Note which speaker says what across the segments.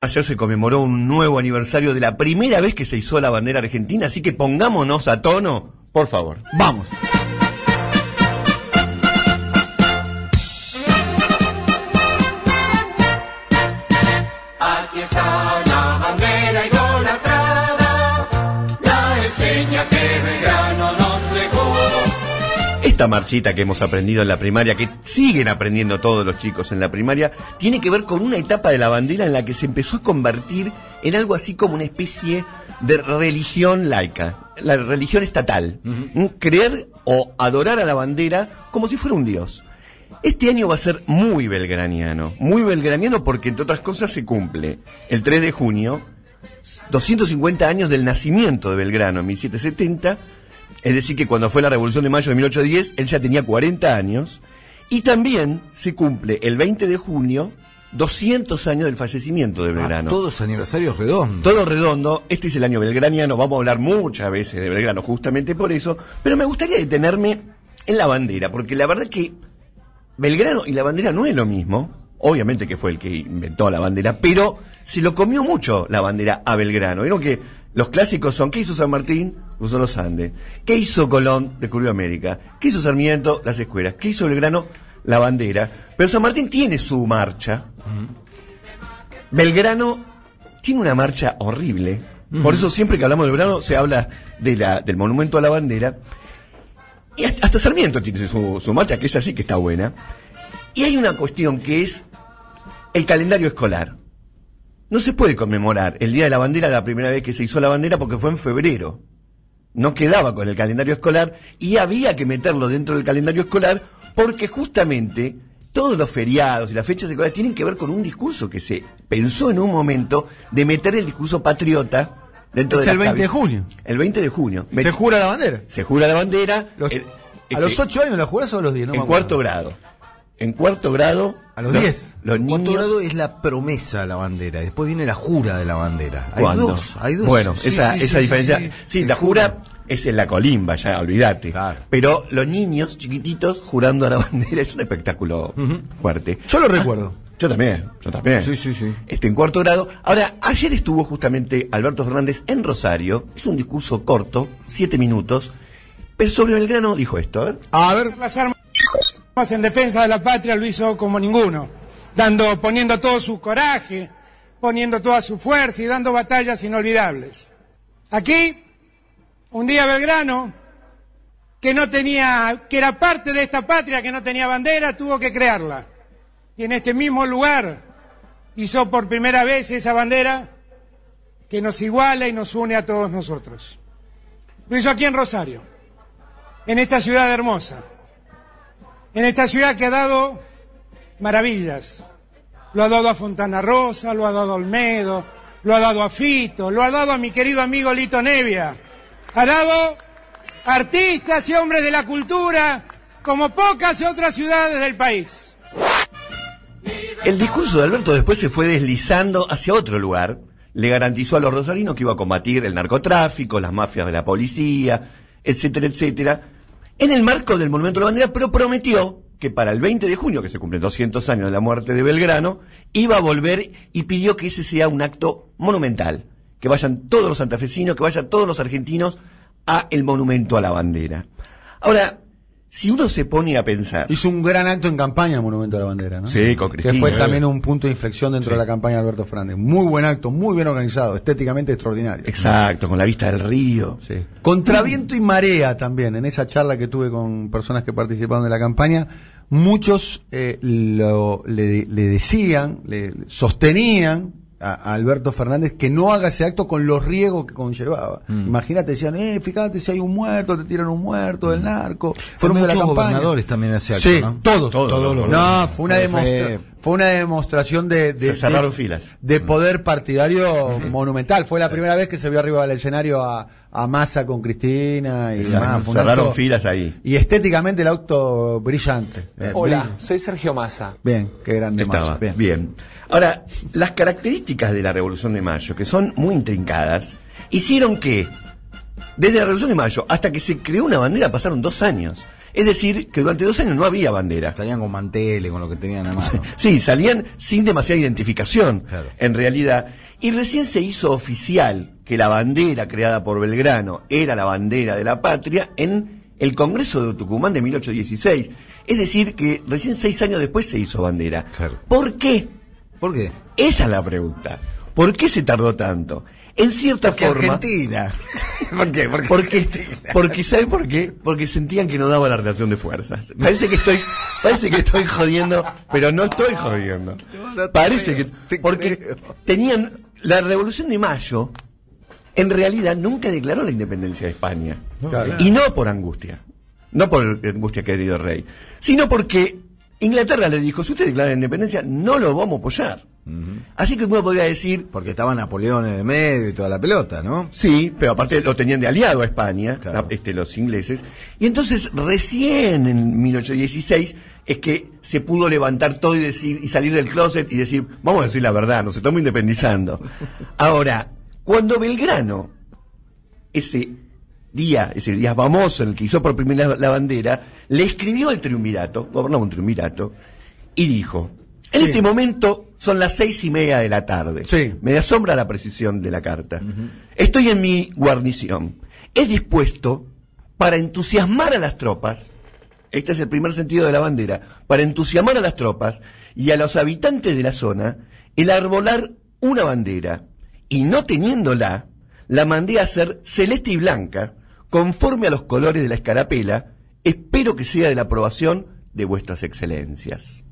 Speaker 1: Ayer se conmemoró un nuevo aniversario de la primera vez que se hizo la bandera argentina, así que pongámonos a tono, por favor.
Speaker 2: Vamos.
Speaker 3: Aquí está la bandera idolatrada, la enseña que Belgrano nos dejó.
Speaker 1: Esta marchita que hemos aprendido en la primaria, que siguen aprendiendo todos los chicos en la primaria, tiene que ver con una etapa de la bandera en la que se empezó a convertir en algo así como una especie de religión laica, la religión estatal. Un Creer o adorar a la bandera como si fuera un dios. Este año va a ser muy belgraniano, muy belgraniano porque entre otras cosas se cumple el 3 de junio 250 años del nacimiento de Belgrano en 1770, es decir, que cuando fue la Revolución de Mayo de 1810, él ya tenía 40 años, y también se cumple el 20 de junio 200 años del fallecimiento de
Speaker 4: Ah,
Speaker 1: Belgrano.
Speaker 2: A todos aniversarios redondos.
Speaker 1: Todo redondo, este es el año belgraniano, vamos a hablar muchas veces de Belgrano justamente por eso, pero me gustaría detenerme en la bandera, porque la verdad que Belgrano y la bandera no es lo mismo, obviamente que fue el que inventó la bandera, pero se lo comió mucho la bandera a Belgrano. Vieron que los clásicos son, ¿qué hizo San Martín? Cruzó los Andes. ¿Qué hizo Colón? Descubrió América. ¿Qué hizo Sarmiento? Las escuelas. ¿Qué hizo Belgrano? La bandera. Pero San Martín tiene su marcha, Belgrano tiene una marcha horrible. Por eso siempre que hablamos de Belgrano se habla de la, del monumento a la bandera. Y hasta, hasta Sarmiento tiene su, su marcha, que es así que está buena. Y hay una cuestión que es el calendario escolar. No se puede conmemorar el Día de la Bandera la primera vez que se hizo la bandera porque fue en febrero. No quedaba con el calendario escolar y había que meterlo dentro del calendario escolar porque justamente todos los feriados y las fechas escolares tienen que ver con un discurso que se pensó en un momento de meter el discurso patriota dentro
Speaker 2: Es
Speaker 1: de
Speaker 2: el
Speaker 1: las
Speaker 2: 20 de
Speaker 1: cabe-
Speaker 2: junio.
Speaker 1: El 20 de junio.
Speaker 2: Se jura la bandera.
Speaker 1: Se jura la bandera.
Speaker 2: Los-
Speaker 1: el-
Speaker 2: a
Speaker 1: este-
Speaker 2: los 8 años la jurás o a los 10, no me
Speaker 1: en
Speaker 2: acuerdo.
Speaker 1: cuarto grado. En cuarto grado.
Speaker 2: A los
Speaker 1: los-
Speaker 2: 10.
Speaker 1: Los niños.
Speaker 4: Cuarto grado es la promesa de la bandera, después viene la jura de la bandera. Hay
Speaker 1: ¿Cuándo?
Speaker 4: dos, hay dos.
Speaker 1: Bueno,
Speaker 4: Sí,
Speaker 1: esa,
Speaker 4: sí,
Speaker 1: esa
Speaker 4: sí,
Speaker 1: diferencia. Sí,
Speaker 4: sí,
Speaker 1: la jura es en la colimba, ya, olvídate.
Speaker 4: Claro.
Speaker 1: Pero los niños chiquititos jurando a la bandera es un espectáculo fuerte.
Speaker 2: Yo lo recuerdo.
Speaker 1: Yo también, yo también.
Speaker 4: Sí, sí, sí.
Speaker 1: Este, en cuarto grado. Ahora, ayer estuvo justamente Alberto Fernández en Rosario. Es un discurso corto, siete minutos. Pero sobre Belgrano dijo esto, a ver.
Speaker 2: A ver,
Speaker 5: las armas en defensa de la patria lo hizo como ninguno, dando, poniendo todo su coraje, poniendo toda su fuerza y dando batallas inolvidables. Aquí, un día Belgrano, que no tenía, que era parte de esta patria, que no tenía bandera, tuvo que crearla. Y en este mismo lugar hizo por primera vez esa bandera que nos iguala y nos une a todos nosotros. Lo hizo aquí en Rosario, en esta ciudad hermosa en esta ciudad que ha dado maravillas. Lo ha dado a Fontana Rosa, lo ha dado a Olmedo, lo ha dado a Fito, lo ha dado a mi querido amigo Lito Nevia. Ha dado artistas y hombres de la cultura como pocas otras ciudades del país.
Speaker 1: El discurso de Alberto después se fue deslizando hacia otro lugar. Le garantizó a los rosarinos que iba a combatir el narcotráfico, las mafias de la policía, etcétera, etcétera, en el marco del Monumento a la Bandera, pero prometió que para el 20 de junio, que se cumplen 200 años de la muerte de Belgrano, iba a volver y pidió que ese sea un acto monumental, que vayan todos los santafesinos, que vayan todos los argentinos a el Monumento a la Bandera. Ahora, si uno se pone a pensar...
Speaker 2: hizo un gran acto en campaña el Monumento a la Bandera, ¿no?
Speaker 1: Sí, con Cristina.
Speaker 2: Que fue
Speaker 1: Eh.
Speaker 2: también un punto de inflexión dentro
Speaker 1: Sí.
Speaker 2: de la campaña de Alberto Fernández. Muy buen acto, muy bien organizado, estéticamente extraordinario.
Speaker 1: Exacto, con la vista del río.
Speaker 2: Sí. Contra viento y marea también, en esa charla que tuve con personas que participaron de la campaña, muchos eh, lo- le, le decían, le le sostenían a, a Alberto Fernández que no haga ese acto con los riesgos que conllevaba.
Speaker 4: Mm.
Speaker 2: Imagínate, decían, eh, fíjate si hay un muerto, te tiran un muerto del narco.
Speaker 4: Mm. Fueron
Speaker 2: En medio de
Speaker 4: muchos
Speaker 2: campaña.
Speaker 4: gobernadores también ese acto,
Speaker 2: Sí,
Speaker 4: ¿no?
Speaker 2: todos.
Speaker 1: Todos los
Speaker 2: no,
Speaker 1: gobernadores.
Speaker 2: fue una, demostra- fue una demostración de... de
Speaker 1: Se cerraron
Speaker 2: de-
Speaker 1: filas. Mm.
Speaker 2: de poder partidario monumental. Fue la primera vez que se vio arriba del escenario a, a Massa con Cristina y
Speaker 1: Exacto.
Speaker 2: demás. Fue un
Speaker 1: Cerraron
Speaker 2: acto-
Speaker 1: filas ahí.
Speaker 2: Y estéticamente el auto brillante. Eh,
Speaker 6: Hola,
Speaker 2: brillante.
Speaker 6: soy Sergio Massa.
Speaker 2: Bien, qué grande
Speaker 1: Estaba.
Speaker 2: Massa.
Speaker 1: Bien. Ahora, las características de la Revolución de Mayo, que son muy intrincadas, hicieron que desde la Revolución de Mayo hasta que se creó una bandera pasaron dos años. Es decir, que durante dos años no había bandera.
Speaker 4: Salían con manteles, con lo que tenían a mano.
Speaker 1: Sí, salían sin demasiada identificación,
Speaker 4: Claro.
Speaker 1: en realidad. Y recién se hizo oficial que la bandera creada por Belgrano era la bandera de la patria en el Congreso de Tucumán de 1816. Es decir, que recién seis años después se hizo bandera.
Speaker 4: Claro.
Speaker 1: ¿Por qué?
Speaker 4: ¿Por qué?
Speaker 1: Esa es la pregunta. ¿Por qué se tardó tanto? En cierta
Speaker 4: Porque
Speaker 1: forma...
Speaker 4: Argentina. ¿Por qué? Porque
Speaker 1: Porque, porque ¿sabe por qué? Porque sentían que no daba la relación de fuerzas. Parece que estoy, parece que estoy jodiendo, pero no estoy jodiendo.
Speaker 4: no te
Speaker 1: Parece
Speaker 4: creo,
Speaker 1: que
Speaker 4: te
Speaker 1: porque
Speaker 4: creo.
Speaker 1: tenían la Revolución de Mayo en realidad nunca declaró la independencia de España.
Speaker 2: Claro.
Speaker 1: Y no por angustia, no por angustia querido rey, sino porque Inglaterra le dijo, si usted declara la independencia, no lo vamos a apoyar. Así que uno podría decir,
Speaker 4: Porque estaba Napoleón en el medio y toda la pelota, ¿no?
Speaker 1: Sí, pero aparte lo tenían de aliado a España,
Speaker 4: Claro.
Speaker 1: la- este, los ingleses. Y entonces recién en 1816 es que se pudo levantar todo y decir y salir del closet y decir, vamos a decir la verdad, nos estamos independizando. Ahora, cuando Belgrano ese día, ese día famoso en el que hizo por primera vez la bandera, le escribió al triunvirato, gobernaba un triunvirato, y dijo, en este momento son las seis y media de la tarde.
Speaker 2: Sí.
Speaker 1: Me asombra la precisión de la carta. Estoy en mi guarnición. He dispuesto para entusiasmar a las tropas, este es el primer sentido de la bandera, para entusiasmar a las tropas y a los habitantes de la zona, el arbolar una bandera y no teniéndola, la mandé a hacer celeste y blanca, conforme a los colores de la escarapela, espero que sea de la aprobación de vuestras excelencias.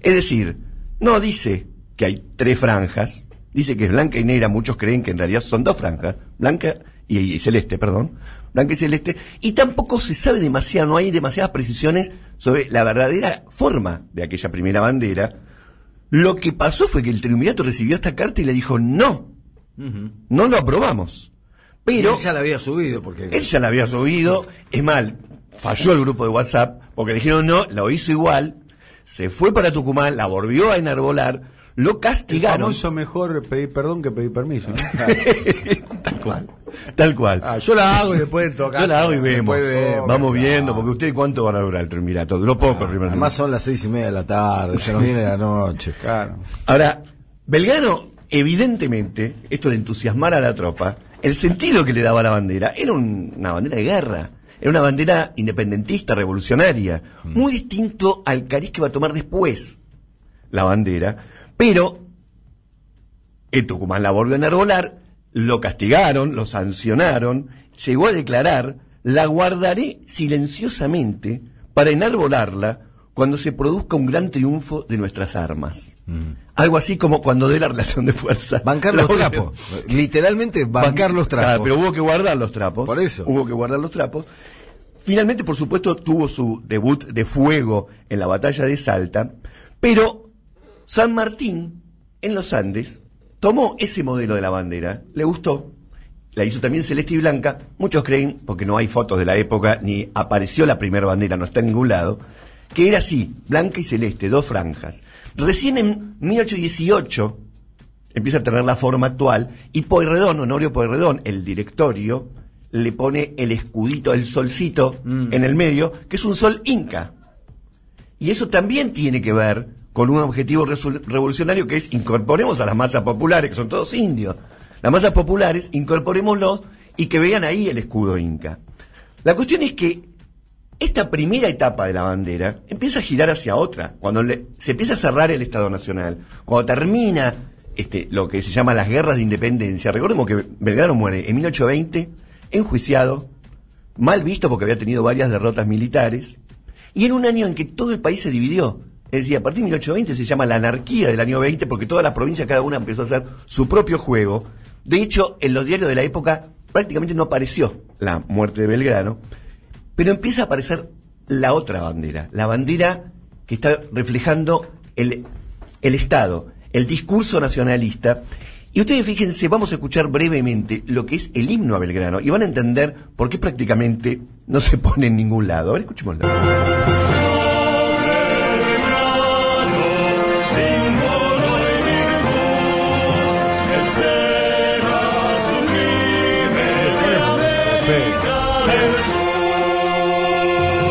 Speaker 1: Es decir, no dice que hay tres franjas, dice que es blanca y negra, muchos creen que en realidad son dos franjas, blanca y, y celeste, perdón, blanca y celeste, y tampoco se sabe demasiado, no hay demasiadas precisiones sobre la verdadera forma de aquella primera bandera. Lo que pasó fue que el triunvirato recibió esta carta y le dijo, no, no lo aprobamos. Pero
Speaker 4: Él ya la había subido porque...
Speaker 1: él ya la había subido, es mal, falló el grupo de WhatsApp, porque le dijeron no, lo hizo igual, se fue para Tucumán, la volvió a enarbolar, lo
Speaker 2: El
Speaker 1: castigaron.
Speaker 2: famoso mejor pedir perdón que pedir permiso. ¿no?
Speaker 1: tal cual, tal cual.
Speaker 2: Ah, yo la hago y después toca.
Speaker 1: Yo la hago y vemos.
Speaker 2: después vemos.
Speaker 1: Vamos viendo, porque usted cuánto van a durar el triunvirato. Duró poco el primer
Speaker 4: Además son las seis y media de la tarde, se nos viene la noche.
Speaker 2: Claro.
Speaker 1: Ahora, Belgrano, evidentemente, esto de entusiasmar a la tropa, el sentido que le daba la bandera era un- una bandera de guerra, era una bandera independentista, revolucionaria, muy distinto al cariz que va a tomar después la bandera, pero en Tucumán la volvió a enarbolar, lo castigaron, lo sancionaron, llegó a declarar, la guardaré silenciosamente para enarbolarla cuando se produzca un gran triunfo de nuestras armas. Algo así como cuando dé la relación de fuerza.
Speaker 4: Bancar
Speaker 1: La
Speaker 4: los
Speaker 1: volvió-
Speaker 4: trapos. Literalmente bancar los
Speaker 1: Claro,
Speaker 4: trapos.
Speaker 1: Ah, pero hubo que guardar los trapos.
Speaker 4: Por eso.
Speaker 1: Hubo que guardar los trapos. Finalmente, por supuesto, tuvo su debut de fuego en la batalla de Salta, pero San Martín, en los Andes, tomó ese modelo de la bandera, le gustó, la hizo también celeste y blanca, muchos creen, porque no hay fotos de la época, ni apareció la primera bandera, no está en ningún lado, que era así, blanca y celeste, dos franjas. Recién en 1818, empieza a tener la forma actual y Pueyrredón, Honorio Pueyrredón, el directorio, le pone el escudito, el solcito en el medio, que es un sol inca. Y eso también tiene que ver con un objetivo resol- revolucionario que es incorporemos a las masas populares, que son todos indios. Las masas populares, incorporémoslos y que vean ahí el escudo inca. La cuestión es que esta primera etapa de la bandera empieza a girar hacia otra, cuando le- se empieza a cerrar el Estado Nacional, cuando termina este, lo que se llama las guerras de independencia. Recordemos que Belgrano muere en 1820, enjuiciado, mal visto porque había tenido varias derrotas militares, y en un año en que todo el país se dividió. Es decir, a partir de 1820 se llama la anarquía del año 20 porque todas las provincias, cada una empezó a hacer su propio juego. De hecho, en los diarios de la época prácticamente no apareció la muerte de Belgrano, pero empieza a aparecer la otra bandera, la bandera que está reflejando el, el Estado, el discurso nacionalista. Y ustedes fíjense, vamos a escuchar brevemente lo que es el himno a Belgrano y van a entender por qué prácticamente no se pone en ningún lado. A ver, escuchémoslo.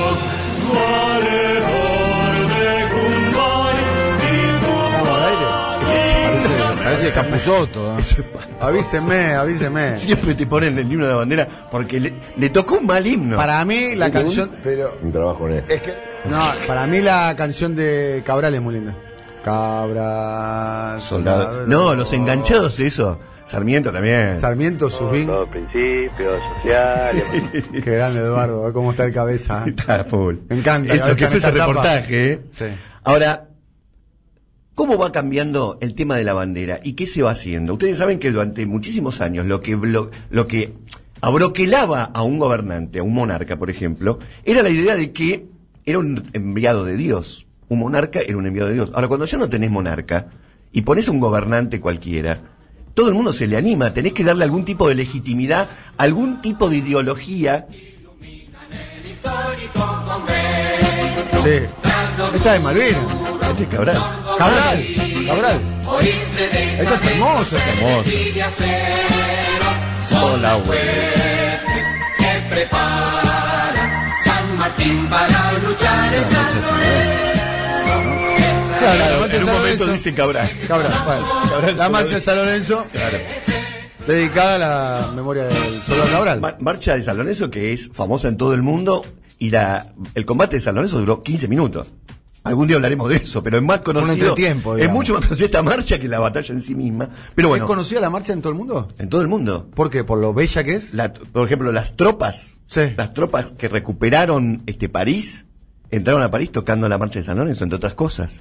Speaker 2: Perfecto. Ah.
Speaker 4: casi el Capuzoto.
Speaker 1: Eso
Speaker 4: ¿eh?
Speaker 1: es espantoso.
Speaker 2: Avíseme, avíseme.
Speaker 1: Siempre te ponen el himno de la bandera porque le, le tocó un mal himno.
Speaker 2: Para mí la canción. Pero.
Speaker 6: Un trabajo en él.
Speaker 2: No, para mí la canción de Cabral es muy linda. Cabral.
Speaker 1: Soldado. No, los enganchados, eso. Sarmiento también.
Speaker 2: Sarmiento Subín.
Speaker 7: Los principios sociales.
Speaker 2: Qué grande, Eduardo. ve ¿Cómo está el cabeza? eh.
Speaker 1: Está full.
Speaker 2: Me encanta,
Speaker 1: Es lo que fue
Speaker 2: cabeza
Speaker 1: ese
Speaker 2: en esa etapa.
Speaker 1: reportaje. ¿eh?
Speaker 2: Sí.
Speaker 1: Ahora, ¿cómo va cambiando el tema de la bandera y qué se va haciendo? Ustedes saben que durante muchísimos años lo que, blo- lo que abroquelaba a un gobernante, a un monarca, por ejemplo, era la idea de que era un enviado de Dios. Un monarca era un enviado de Dios. Ahora, cuando ya no tenés monarca y pones un gobernante cualquiera, todo el mundo se le anima, tenés que darle algún tipo de legitimidad, algún tipo de ideología
Speaker 2: Sí. Esta es Malvinas.
Speaker 1: Este Cabral.
Speaker 2: Cabral. Cabral. Esta es hermosa.
Speaker 1: Hermoso. Son la web.
Speaker 3: que prepara San Martín para luchar en San Luis.
Speaker 2: Claro, la marcha de
Speaker 1: en un
Speaker 2: San
Speaker 1: momento
Speaker 2: Lorenzo.
Speaker 1: dice Cabral.
Speaker 2: Cabral, bueno.
Speaker 1: Cabral
Speaker 2: La
Speaker 1: San
Speaker 2: marcha de
Speaker 1: Lorenzo.
Speaker 2: San Lorenzo,
Speaker 1: Claro.
Speaker 2: dedicada a la memoria del soldado Cabral.
Speaker 1: Ma- marcha de San Lorenzo que es famosa en todo el mundo y la, el combate de San Lorenzo duró 15 minutos. Algún día hablaremos de eso, pero es más conocido.
Speaker 4: entretiempo,
Speaker 1: es
Speaker 4: digamos.
Speaker 1: mucho más conocida esta marcha que la batalla en sí misma. Pero
Speaker 2: ¿Es
Speaker 1: bueno,
Speaker 2: conocida la marcha en todo el mundo?
Speaker 1: en todo el mundo.
Speaker 2: ¿Por qué? ¿Por lo bella que es?
Speaker 1: La- por ejemplo, las tropas,
Speaker 2: Sí.
Speaker 1: las tropas que recuperaron este París, entraron a París tocando la marcha de San Lorenzo, entre otras cosas.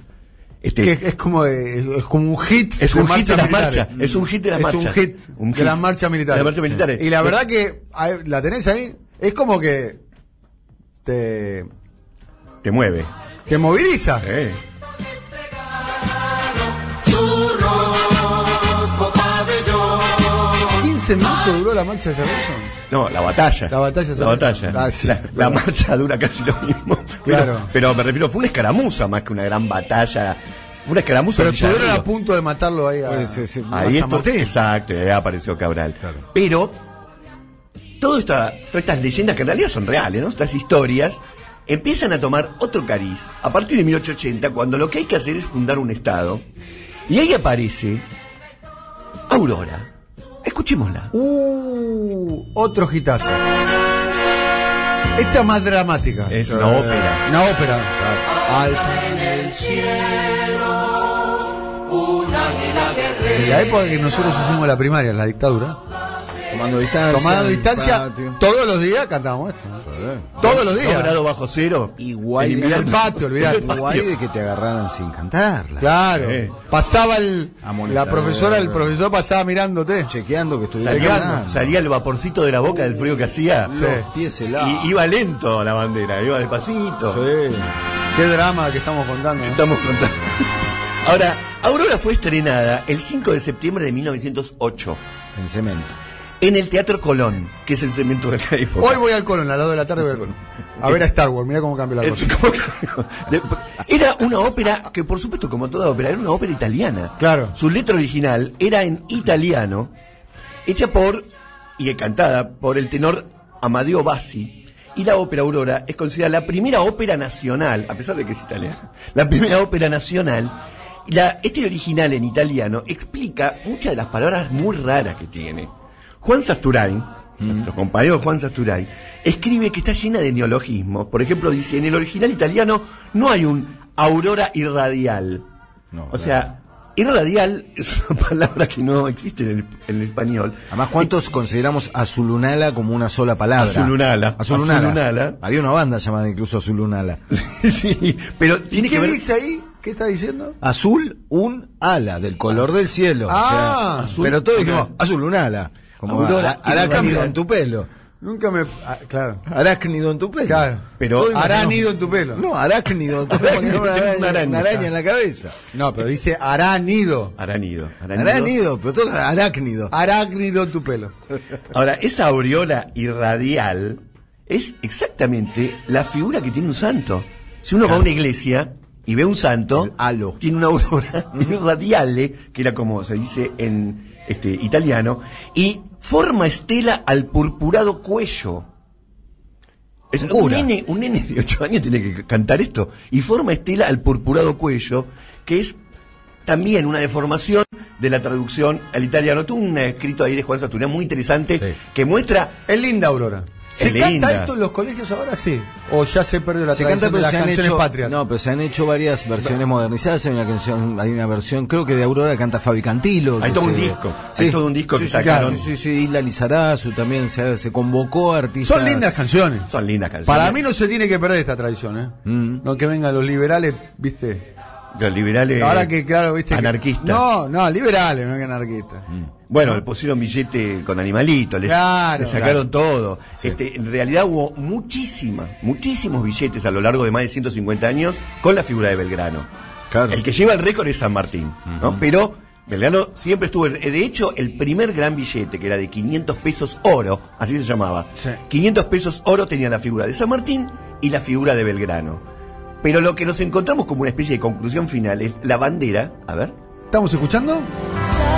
Speaker 1: Este,
Speaker 2: Que es, es como de- es como un hit
Speaker 1: Es un hit de las
Speaker 2: militares.
Speaker 1: marchas, es un hit de las marchas.
Speaker 2: Es un hit,
Speaker 1: Un
Speaker 2: de
Speaker 1: hit.
Speaker 2: las marchas militares.
Speaker 1: De las marchas militares.
Speaker 2: Y la verdad que ahí- la tenés ahí, es como que te,
Speaker 1: te mueve.
Speaker 2: te moviliza.
Speaker 1: Eh.
Speaker 3: Su rojo pabellón.
Speaker 2: 15 minutos duró la marcha de San Lorenzo.
Speaker 1: No, la batalla.
Speaker 2: La batalla se-
Speaker 1: La batalla.
Speaker 2: Ah, sí,
Speaker 1: la,
Speaker 2: claro.
Speaker 1: la marcha dura casi lo mismo. Pero,
Speaker 2: Claro.
Speaker 1: pero me refiero, fue una escaramuza más que una gran batalla. Fue una escaramuza.
Speaker 2: Pero
Speaker 1: en Villarrío.
Speaker 2: estuvieron a punto de matarlo ahí a,
Speaker 4: Fue- se- se-
Speaker 2: a
Speaker 1: Ahí
Speaker 2: San
Speaker 1: esto,
Speaker 2: Martín.
Speaker 1: exacto, y ahí apareció Cabral.
Speaker 4: Claro.
Speaker 1: Pero, todo esta- todas estas leyendas que en realidad son reales, ¿no? Estas historias empiezan a tomar otro cariz a partir de 1880, cuando lo que hay que hacer es fundar un Estado. Y ahí aparece Aurora. Escuchémosla.
Speaker 2: Uh, otro hitazo. Esta es más dramática. Eh,
Speaker 1: Es una ópera.
Speaker 2: Una ópera. Alta. En la época que nosotros hicimos la primaria, en la dictadura,
Speaker 4: Tomando distancia.
Speaker 2: tomando
Speaker 4: en el
Speaker 2: distancia,
Speaker 4: patio.
Speaker 2: todos los días cantábamos esto. ¿no? Todos los
Speaker 1: Dos
Speaker 2: días.
Speaker 1: grados bajo cero.
Speaker 4: Igual
Speaker 2: Mirá el patio, olvidate.
Speaker 4: Guay de que te agarraran sin cantarla.
Speaker 2: Claro.
Speaker 1: Sí.
Speaker 2: Pasaba el, la
Speaker 4: Amonestador.
Speaker 2: profesora, el profesor pasaba mirándote.
Speaker 1: Ah,
Speaker 4: Chequeando que estuviera
Speaker 1: Salía,
Speaker 4: cantando.
Speaker 1: salía el vaporcito de la boca del frío que hacía.
Speaker 4: Los pies helados.
Speaker 1: Y iba lento la bandera, iba despacito.
Speaker 4: Sí.
Speaker 2: Qué drama que estamos contando. ¿no?
Speaker 1: Estamos contando. Ahora, Aurora fue estrenada el 5 de septiembre de 1908
Speaker 4: En cemento.
Speaker 1: en el Teatro Colón, que es el cemento de la época.
Speaker 2: Hoy voy al colon, a las 2 de la tarde voy al colon. A ver a Star Wars, mirá cómo cambia la
Speaker 1: Eh,
Speaker 2: cosa.
Speaker 1: ¿cómo que- de- Era una ópera que, por supuesto, como toda ópera, era una ópera italiana.
Speaker 2: Claro.
Speaker 1: Su letra original era en italiano, hecha por y cantada por el tenor Amadeo Bassi. Y la ópera Aurora es considerada la primera ópera nacional, a pesar de que es italiana, la primera ópera nacional. Y La, este original en italiano explica muchas de las palabras muy raras que tiene. Juan Sasturain, nuestro compañero Juan Sasturain, escribe que está llena de neologismos. Por ejemplo, dice, en el original italiano no hay un aurora irradial.
Speaker 4: No,
Speaker 1: o
Speaker 4: claro.
Speaker 1: sea, irradial es una palabra que no existe en el, en el español.
Speaker 4: Además,
Speaker 2: Eh,
Speaker 4: ¿cuántos consideramos Azulunala como una sola palabra?
Speaker 1: Azulunala.
Speaker 4: Azulunala.
Speaker 1: Azulunala.
Speaker 4: Había una banda llamada incluso Azulunala.
Speaker 1: sí, pero tiene
Speaker 2: ¿Qué
Speaker 1: que ver...
Speaker 2: dice ahí? ¿Qué está diciendo?
Speaker 4: Azul, un ala, del color del cielo. O
Speaker 2: Ah,
Speaker 4: sea,
Speaker 2: azul,
Speaker 4: pero todos dijimos, azul, un ala. Como
Speaker 1: Aurora,
Speaker 4: a- arácnido
Speaker 1: irradial.
Speaker 4: en tu pelo.
Speaker 2: Nunca me. ah, claro.
Speaker 4: Arácnido en tu pelo.
Speaker 2: Claro.
Speaker 1: Pero-
Speaker 4: Todos
Speaker 2: Hará
Speaker 4: imaginamos-
Speaker 2: nido en tu pelo.
Speaker 4: No, arácnido. Todos imaginamos una
Speaker 1: Tienes
Speaker 4: araña,
Speaker 1: una araña.
Speaker 4: una araña en la cabeza.
Speaker 2: No, pero dice hará nido.
Speaker 1: Aránido. aránido.
Speaker 4: Arácnido, pero todo arácnido.
Speaker 2: Arácnido en tu pelo.
Speaker 1: Ahora, esa aureola irradial es exactamente la figura que tiene un santo. Si uno va a una iglesia y ve un santo,
Speaker 4: El halo.
Speaker 1: tiene una aurora irradiale, que era como se dice en este italiano, y forma estela al purpurado cuello. Es un,
Speaker 4: Cura.
Speaker 1: nene, un nene de 8 años tiene que cantar esto. Y forma estela al purpurado cuello, que es también una deformación de la traducción al italiano. Tuvo un escrito ahí de Juan Saturino muy interesante
Speaker 4: Sí.
Speaker 1: que muestra
Speaker 2: Es linda Aurora.
Speaker 1: Es
Speaker 2: ¿Se
Speaker 1: linda.
Speaker 2: canta esto en los colegios ahora? Sí. ¿O ya se perdió la
Speaker 4: se
Speaker 2: tradición
Speaker 4: canta pero
Speaker 2: de las
Speaker 4: se han
Speaker 2: canciones
Speaker 4: hecho
Speaker 2: patrias?
Speaker 4: no pero se han hecho varias versiones modernizadas hay una canción hay una versión creo que de Aurora canta Fabi Cantilo
Speaker 1: Hay
Speaker 4: que
Speaker 1: todo un
Speaker 4: se-
Speaker 1: disco, hay todo un disco
Speaker 4: sí,
Speaker 1: que
Speaker 4: sí,
Speaker 1: sacaron.
Speaker 4: sí, sí, sí, Isla Lizarazu también se, se convocó a artistas
Speaker 2: Son lindas canciones.
Speaker 1: son lindas canciones.
Speaker 2: Para mí no se tiene que perder esta tradición, ¿eh?
Speaker 4: Mm.
Speaker 2: No que vengan los liberales, ¿viste?
Speaker 1: los liberales
Speaker 2: Ahora que, claro, ¿viste? que-
Speaker 1: anarquistas.
Speaker 2: No, no, liberales, no que anarquistas.
Speaker 1: Mm. Bueno, le pusieron billete con animalitos, les,
Speaker 2: Claro,
Speaker 1: les sacaron todo. Este, en realidad hubo muchísimas, muchísimos billetes a lo largo de más de 150 años con la figura de Belgrano.
Speaker 4: Claro.
Speaker 1: El que lleva el récord es San Martín, ¿no? Pero Belgrano siempre estuvo. De hecho, el primer gran billete, que era de 500 pesos oro, así se llamaba.
Speaker 2: Sí.
Speaker 1: 500 pesos oro tenía la figura de San Martín y la figura de Belgrano. Pero lo que nos encontramos como una especie de conclusión final es la bandera. A ver.
Speaker 2: ¿Estamos escuchando?
Speaker 6: Salve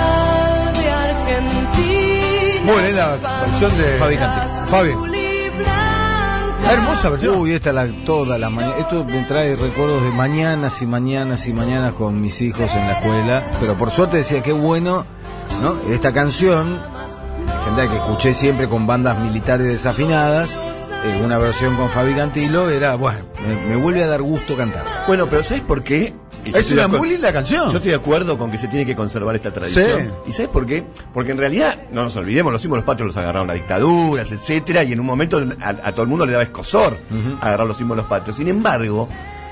Speaker 6: Argentina.
Speaker 2: Muy linda versión de
Speaker 4: Fabi Cantilo.
Speaker 2: Fabi.
Speaker 6: azul y blanca.
Speaker 2: Hermosa versión.
Speaker 4: Uy, esta la, toda la mañana. Esto me trae recuerdos de mañanas y mañanas y mañanas con mis hijos en la escuela. Pero por suerte decía, qué bueno, ¿no? Esta canción, legendaria que escuché siempre con bandas militares desafinadas, eh, una versión con Fabi Cantilo, era, bueno, me, me vuelve a dar gusto cantar.
Speaker 1: Bueno, pero ¿sabes por qué? Y yo
Speaker 2: es
Speaker 1: estoy de
Speaker 2: una
Speaker 1: acuerdo-
Speaker 2: muy linda canción.
Speaker 1: Yo estoy de acuerdo con que se tiene que conservar esta tradición. ¿Y sabes por qué? Porque en realidad, no nos olvidemos, los símbolos patrios los agarraron las dictaduras, etcétera, y en un momento a, a todo el mundo le daba escosor agarrar los símbolos patrios. Sin embargo,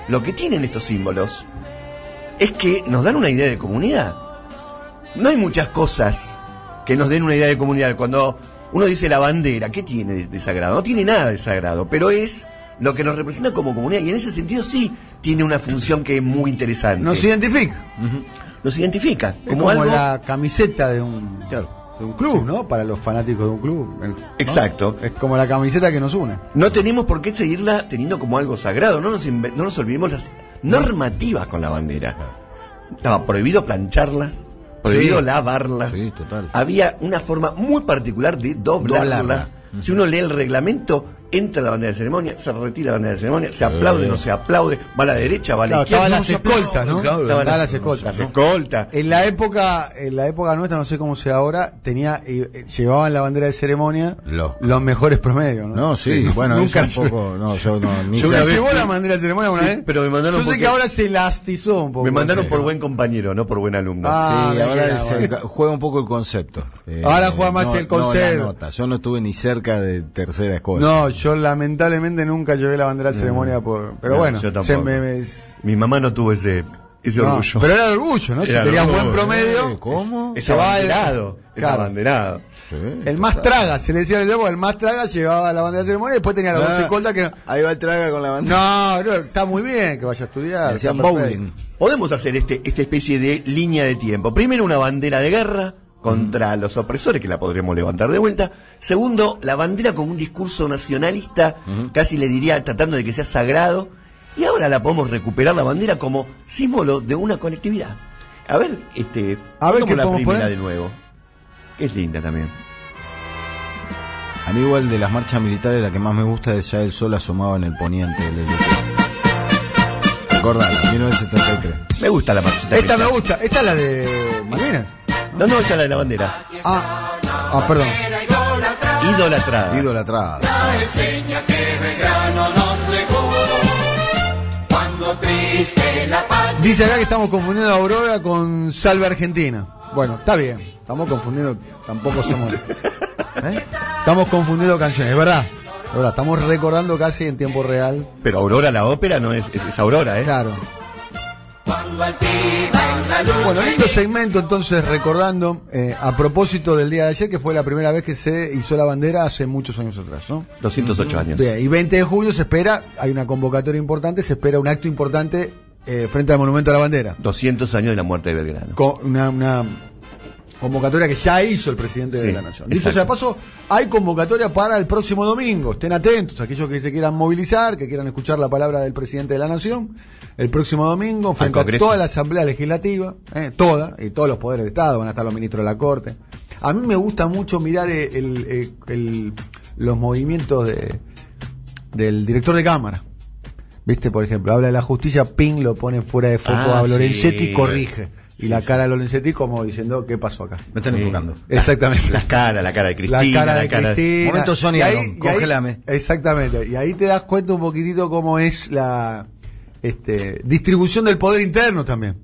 Speaker 1: lo que tienen estos símbolos es que nos dan una idea de comunidad. No hay muchas cosas que nos den una idea de comunidad. Cuando uno dice la bandera, ¿qué tiene de, de sagrado? No tiene nada de sagrado, pero es lo que nos representa como comunidad. Y en ese sentido sí tiene una función que es muy interesante.
Speaker 2: Nos identifica.
Speaker 1: Nos identifica
Speaker 2: Es
Speaker 1: como,
Speaker 2: como
Speaker 1: algo...
Speaker 2: la camiseta de un, de un club, ¿no? Para los fanáticos de un club. ¿no?
Speaker 1: Exacto.
Speaker 2: Es como la camiseta que nos une.
Speaker 1: No tenemos por qué seguirla teniendo como algo sagrado. No nos, inve- no nos olvidemos las normativas con la bandera. Estaba prohibido plancharla, prohibido
Speaker 4: Sí.
Speaker 1: lavarla.
Speaker 4: Sí, total.
Speaker 1: Había una forma muy particular de doblarla.
Speaker 4: Doblarla.
Speaker 1: Si uno lee el reglamento, entra la bandera de ceremonia, se retira la bandera de ceremonia, se aplaude, no se aplaude, va a la derecha, va a la
Speaker 2: Claro,
Speaker 1: izquierda.
Speaker 2: estaban
Speaker 1: no
Speaker 2: las
Speaker 1: se aplaude.
Speaker 2: escoltas, ¿no?
Speaker 1: Claro,
Speaker 2: Estaban
Speaker 1: las-
Speaker 2: las escoltas.
Speaker 1: Las
Speaker 2: ¿no?
Speaker 1: escoltas.
Speaker 2: En la época, en la época nuestra, no sé cómo sea ahora, tenía, eh, eh, llevaban la bandera de ceremonia
Speaker 4: Los-
Speaker 2: los mejores promedios, ¿no?
Speaker 4: No, sí, bueno,
Speaker 2: nunca
Speaker 4: eso un poco, no, yo no, ni
Speaker 1: Yo
Speaker 4: sé.
Speaker 1: una vez-
Speaker 2: llevó la bandera de ceremonia una
Speaker 1: Sí,
Speaker 2: vez.
Speaker 1: pero me mandaron
Speaker 2: Yo sé
Speaker 1: porque-
Speaker 2: que ahora se lastizó un poco.
Speaker 1: Me mandaron por buen compañero, no por buen alumno.
Speaker 2: Ah,
Speaker 4: Sí,
Speaker 2: Ah,
Speaker 4: ahora
Speaker 2: bien,
Speaker 4: se juega un poco el concepto. Eh,
Speaker 2: Ahora juega más el
Speaker 4: no la
Speaker 2: concepto.
Speaker 4: nota. Yo no estuve ni cerca de tercera escuela.
Speaker 2: No, yo lamentablemente nunca llevé la bandera de ceremonia por. Pero
Speaker 1: No,
Speaker 2: bueno,
Speaker 1: yo
Speaker 2: se
Speaker 1: tampoco.
Speaker 2: me- me-
Speaker 1: Mi mamá no tuvo ese, ese
Speaker 2: No,
Speaker 1: orgullo.
Speaker 2: Pero era orgullo, ¿no?
Speaker 1: Era
Speaker 2: si tenías
Speaker 1: orgullo.
Speaker 2: buen promedio.
Speaker 4: Eh, ¿Cómo?
Speaker 1: Es
Speaker 2: Se va el-
Speaker 1: abanderado. Es
Speaker 2: Claro.
Speaker 1: abanderado.
Speaker 4: Sí.
Speaker 2: El más traga, se le decía al el más traga llevaba la bandera de ceremonia y después tenía las
Speaker 4: Ah,
Speaker 2: dos escoltas que no.
Speaker 4: Ahí va el traga con la bandera.
Speaker 2: No, no, está muy bien que vaya a estudiar.
Speaker 4: Decían
Speaker 2: está perfecto.
Speaker 4: bowling.
Speaker 1: Podemos hacer este, esta especie de línea de tiempo. Primero, una bandera de guerra contra
Speaker 2: Mm.
Speaker 1: los opresores, que la podremos levantar de vuelta. Segundo, la bandera con un discurso nacionalista, casi le diría tratando de que sea sagrado. Y ahora la podemos recuperar la bandera como símbolo de una colectividad. A ver, este,
Speaker 2: A ver
Speaker 1: pongamos
Speaker 2: qué
Speaker 1: la
Speaker 2: podemos
Speaker 1: primera
Speaker 2: poner.
Speaker 1: de nuevo. Que es linda también.
Speaker 4: A mí igual de las marchas militares la que más me gusta es ya el sol asomaba en el poniente del LT. Recordala, 1973.
Speaker 1: Me gusta la marchita.
Speaker 2: Esta me
Speaker 1: militar.
Speaker 2: gusta, esta es la de Malvina.
Speaker 1: No, no, esta es la de la bandera.
Speaker 2: Ah, ah, perdón.
Speaker 1: Idolatrada.
Speaker 4: Idolatrada.
Speaker 3: La enseña que Belgrano nos legó. Cuando triste la patria.
Speaker 2: Dice acá que estamos confundiendo a Aurora con Salve Argentina. Bueno, está bien. Estamos confundiendo, tampoco somos. ¿Eh? Estamos confundiendo canciones, es verdad. Es verdad, estamos recordando casi en tiempo real.
Speaker 1: Pero Aurora, la ópera, no es, es, es Aurora, ¿eh?
Speaker 2: Claro.
Speaker 3: Cuando altiva en la luz.
Speaker 2: Bueno, lindo segmento entonces recordando eh, a propósito del día de ayer, que fue la primera vez que se hizo la bandera hace muchos años atrás, ¿no?
Speaker 1: 208 años.
Speaker 2: Bien, y 20 de julio se espera, hay una convocatoria importante, se espera un acto importante eh, frente al Monumento a la Bandera.
Speaker 1: 200 años de la muerte de Belgrano.
Speaker 2: Con una, una convocatoria que ya hizo el presidente de
Speaker 1: Sí,
Speaker 2: la Nación. Listo, o sea,
Speaker 1: exacto.
Speaker 2: paso, hay convocatoria para el próximo domingo. Estén atentos, aquellos que se quieran movilizar, que quieran escuchar la palabra del presidente de la Nación. El próximo domingo, frente a
Speaker 1: Congreso.
Speaker 2: toda la Asamblea Legislativa, eh, toda, y todos los poderes del Estado, van a estar los ministros de la Corte. A mí me gusta mucho mirar eh, el- eh, el- los movimientos de, del director de Cámara. Viste, por ejemplo, habla de la justicia, Ping lo pone fuera de foco
Speaker 1: Ah,
Speaker 2: a Lorenzetti
Speaker 1: sí.
Speaker 2: y corrige. y la cara de Lorenzetti como diciendo, ¿qué pasó acá?
Speaker 4: Me están
Speaker 1: Sí.
Speaker 4: enfocando.
Speaker 2: Exactamente.
Speaker 1: La cara, la cara de Cristina.
Speaker 2: la cara de Cristina.
Speaker 4: Momento Sony
Speaker 2: Y ahí-
Speaker 4: Aarón,
Speaker 2: y ahí-
Speaker 4: congélame.
Speaker 2: Exactamente. Y ahí te das cuenta un poquitito cómo es la este, distribución del poder interno también.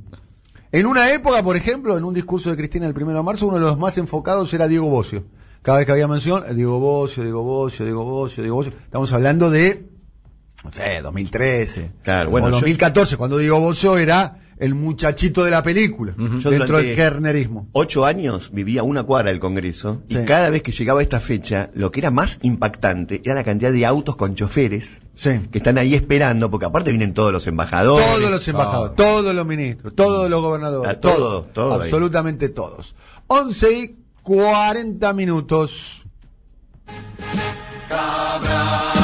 Speaker 2: En una época, por ejemplo, en un discurso de Cristina el primero de marzo, uno de los más enfocados era Diego Bocio. Cada vez que había mención, eh, Diego Bocio, Diego Bocio, Diego Bocio, Diego Bocio. Estamos hablando de, no sé, 2013.
Speaker 1: Claro, bueno,
Speaker 2: o
Speaker 1: yo-
Speaker 2: 2014, cuando Diego Bocio era el muchachito de la película,
Speaker 1: Yo
Speaker 2: dentro del
Speaker 1: durante-
Speaker 2: kernerismo.
Speaker 1: Ocho años vivía a una cuadra del Congreso y
Speaker 2: Sí.
Speaker 1: cada vez que llegaba esta fecha, lo que era más impactante era la cantidad de autos con choferes
Speaker 2: Sí.
Speaker 1: que están ahí esperando, porque aparte vienen todos los embajadores.
Speaker 2: Todos los embajadores, todos los ministros, todos los gobernadores.
Speaker 1: Ah, todo, todo ahí.
Speaker 2: Absolutamente todos. 11 y 40 minutos.
Speaker 3: Cabral.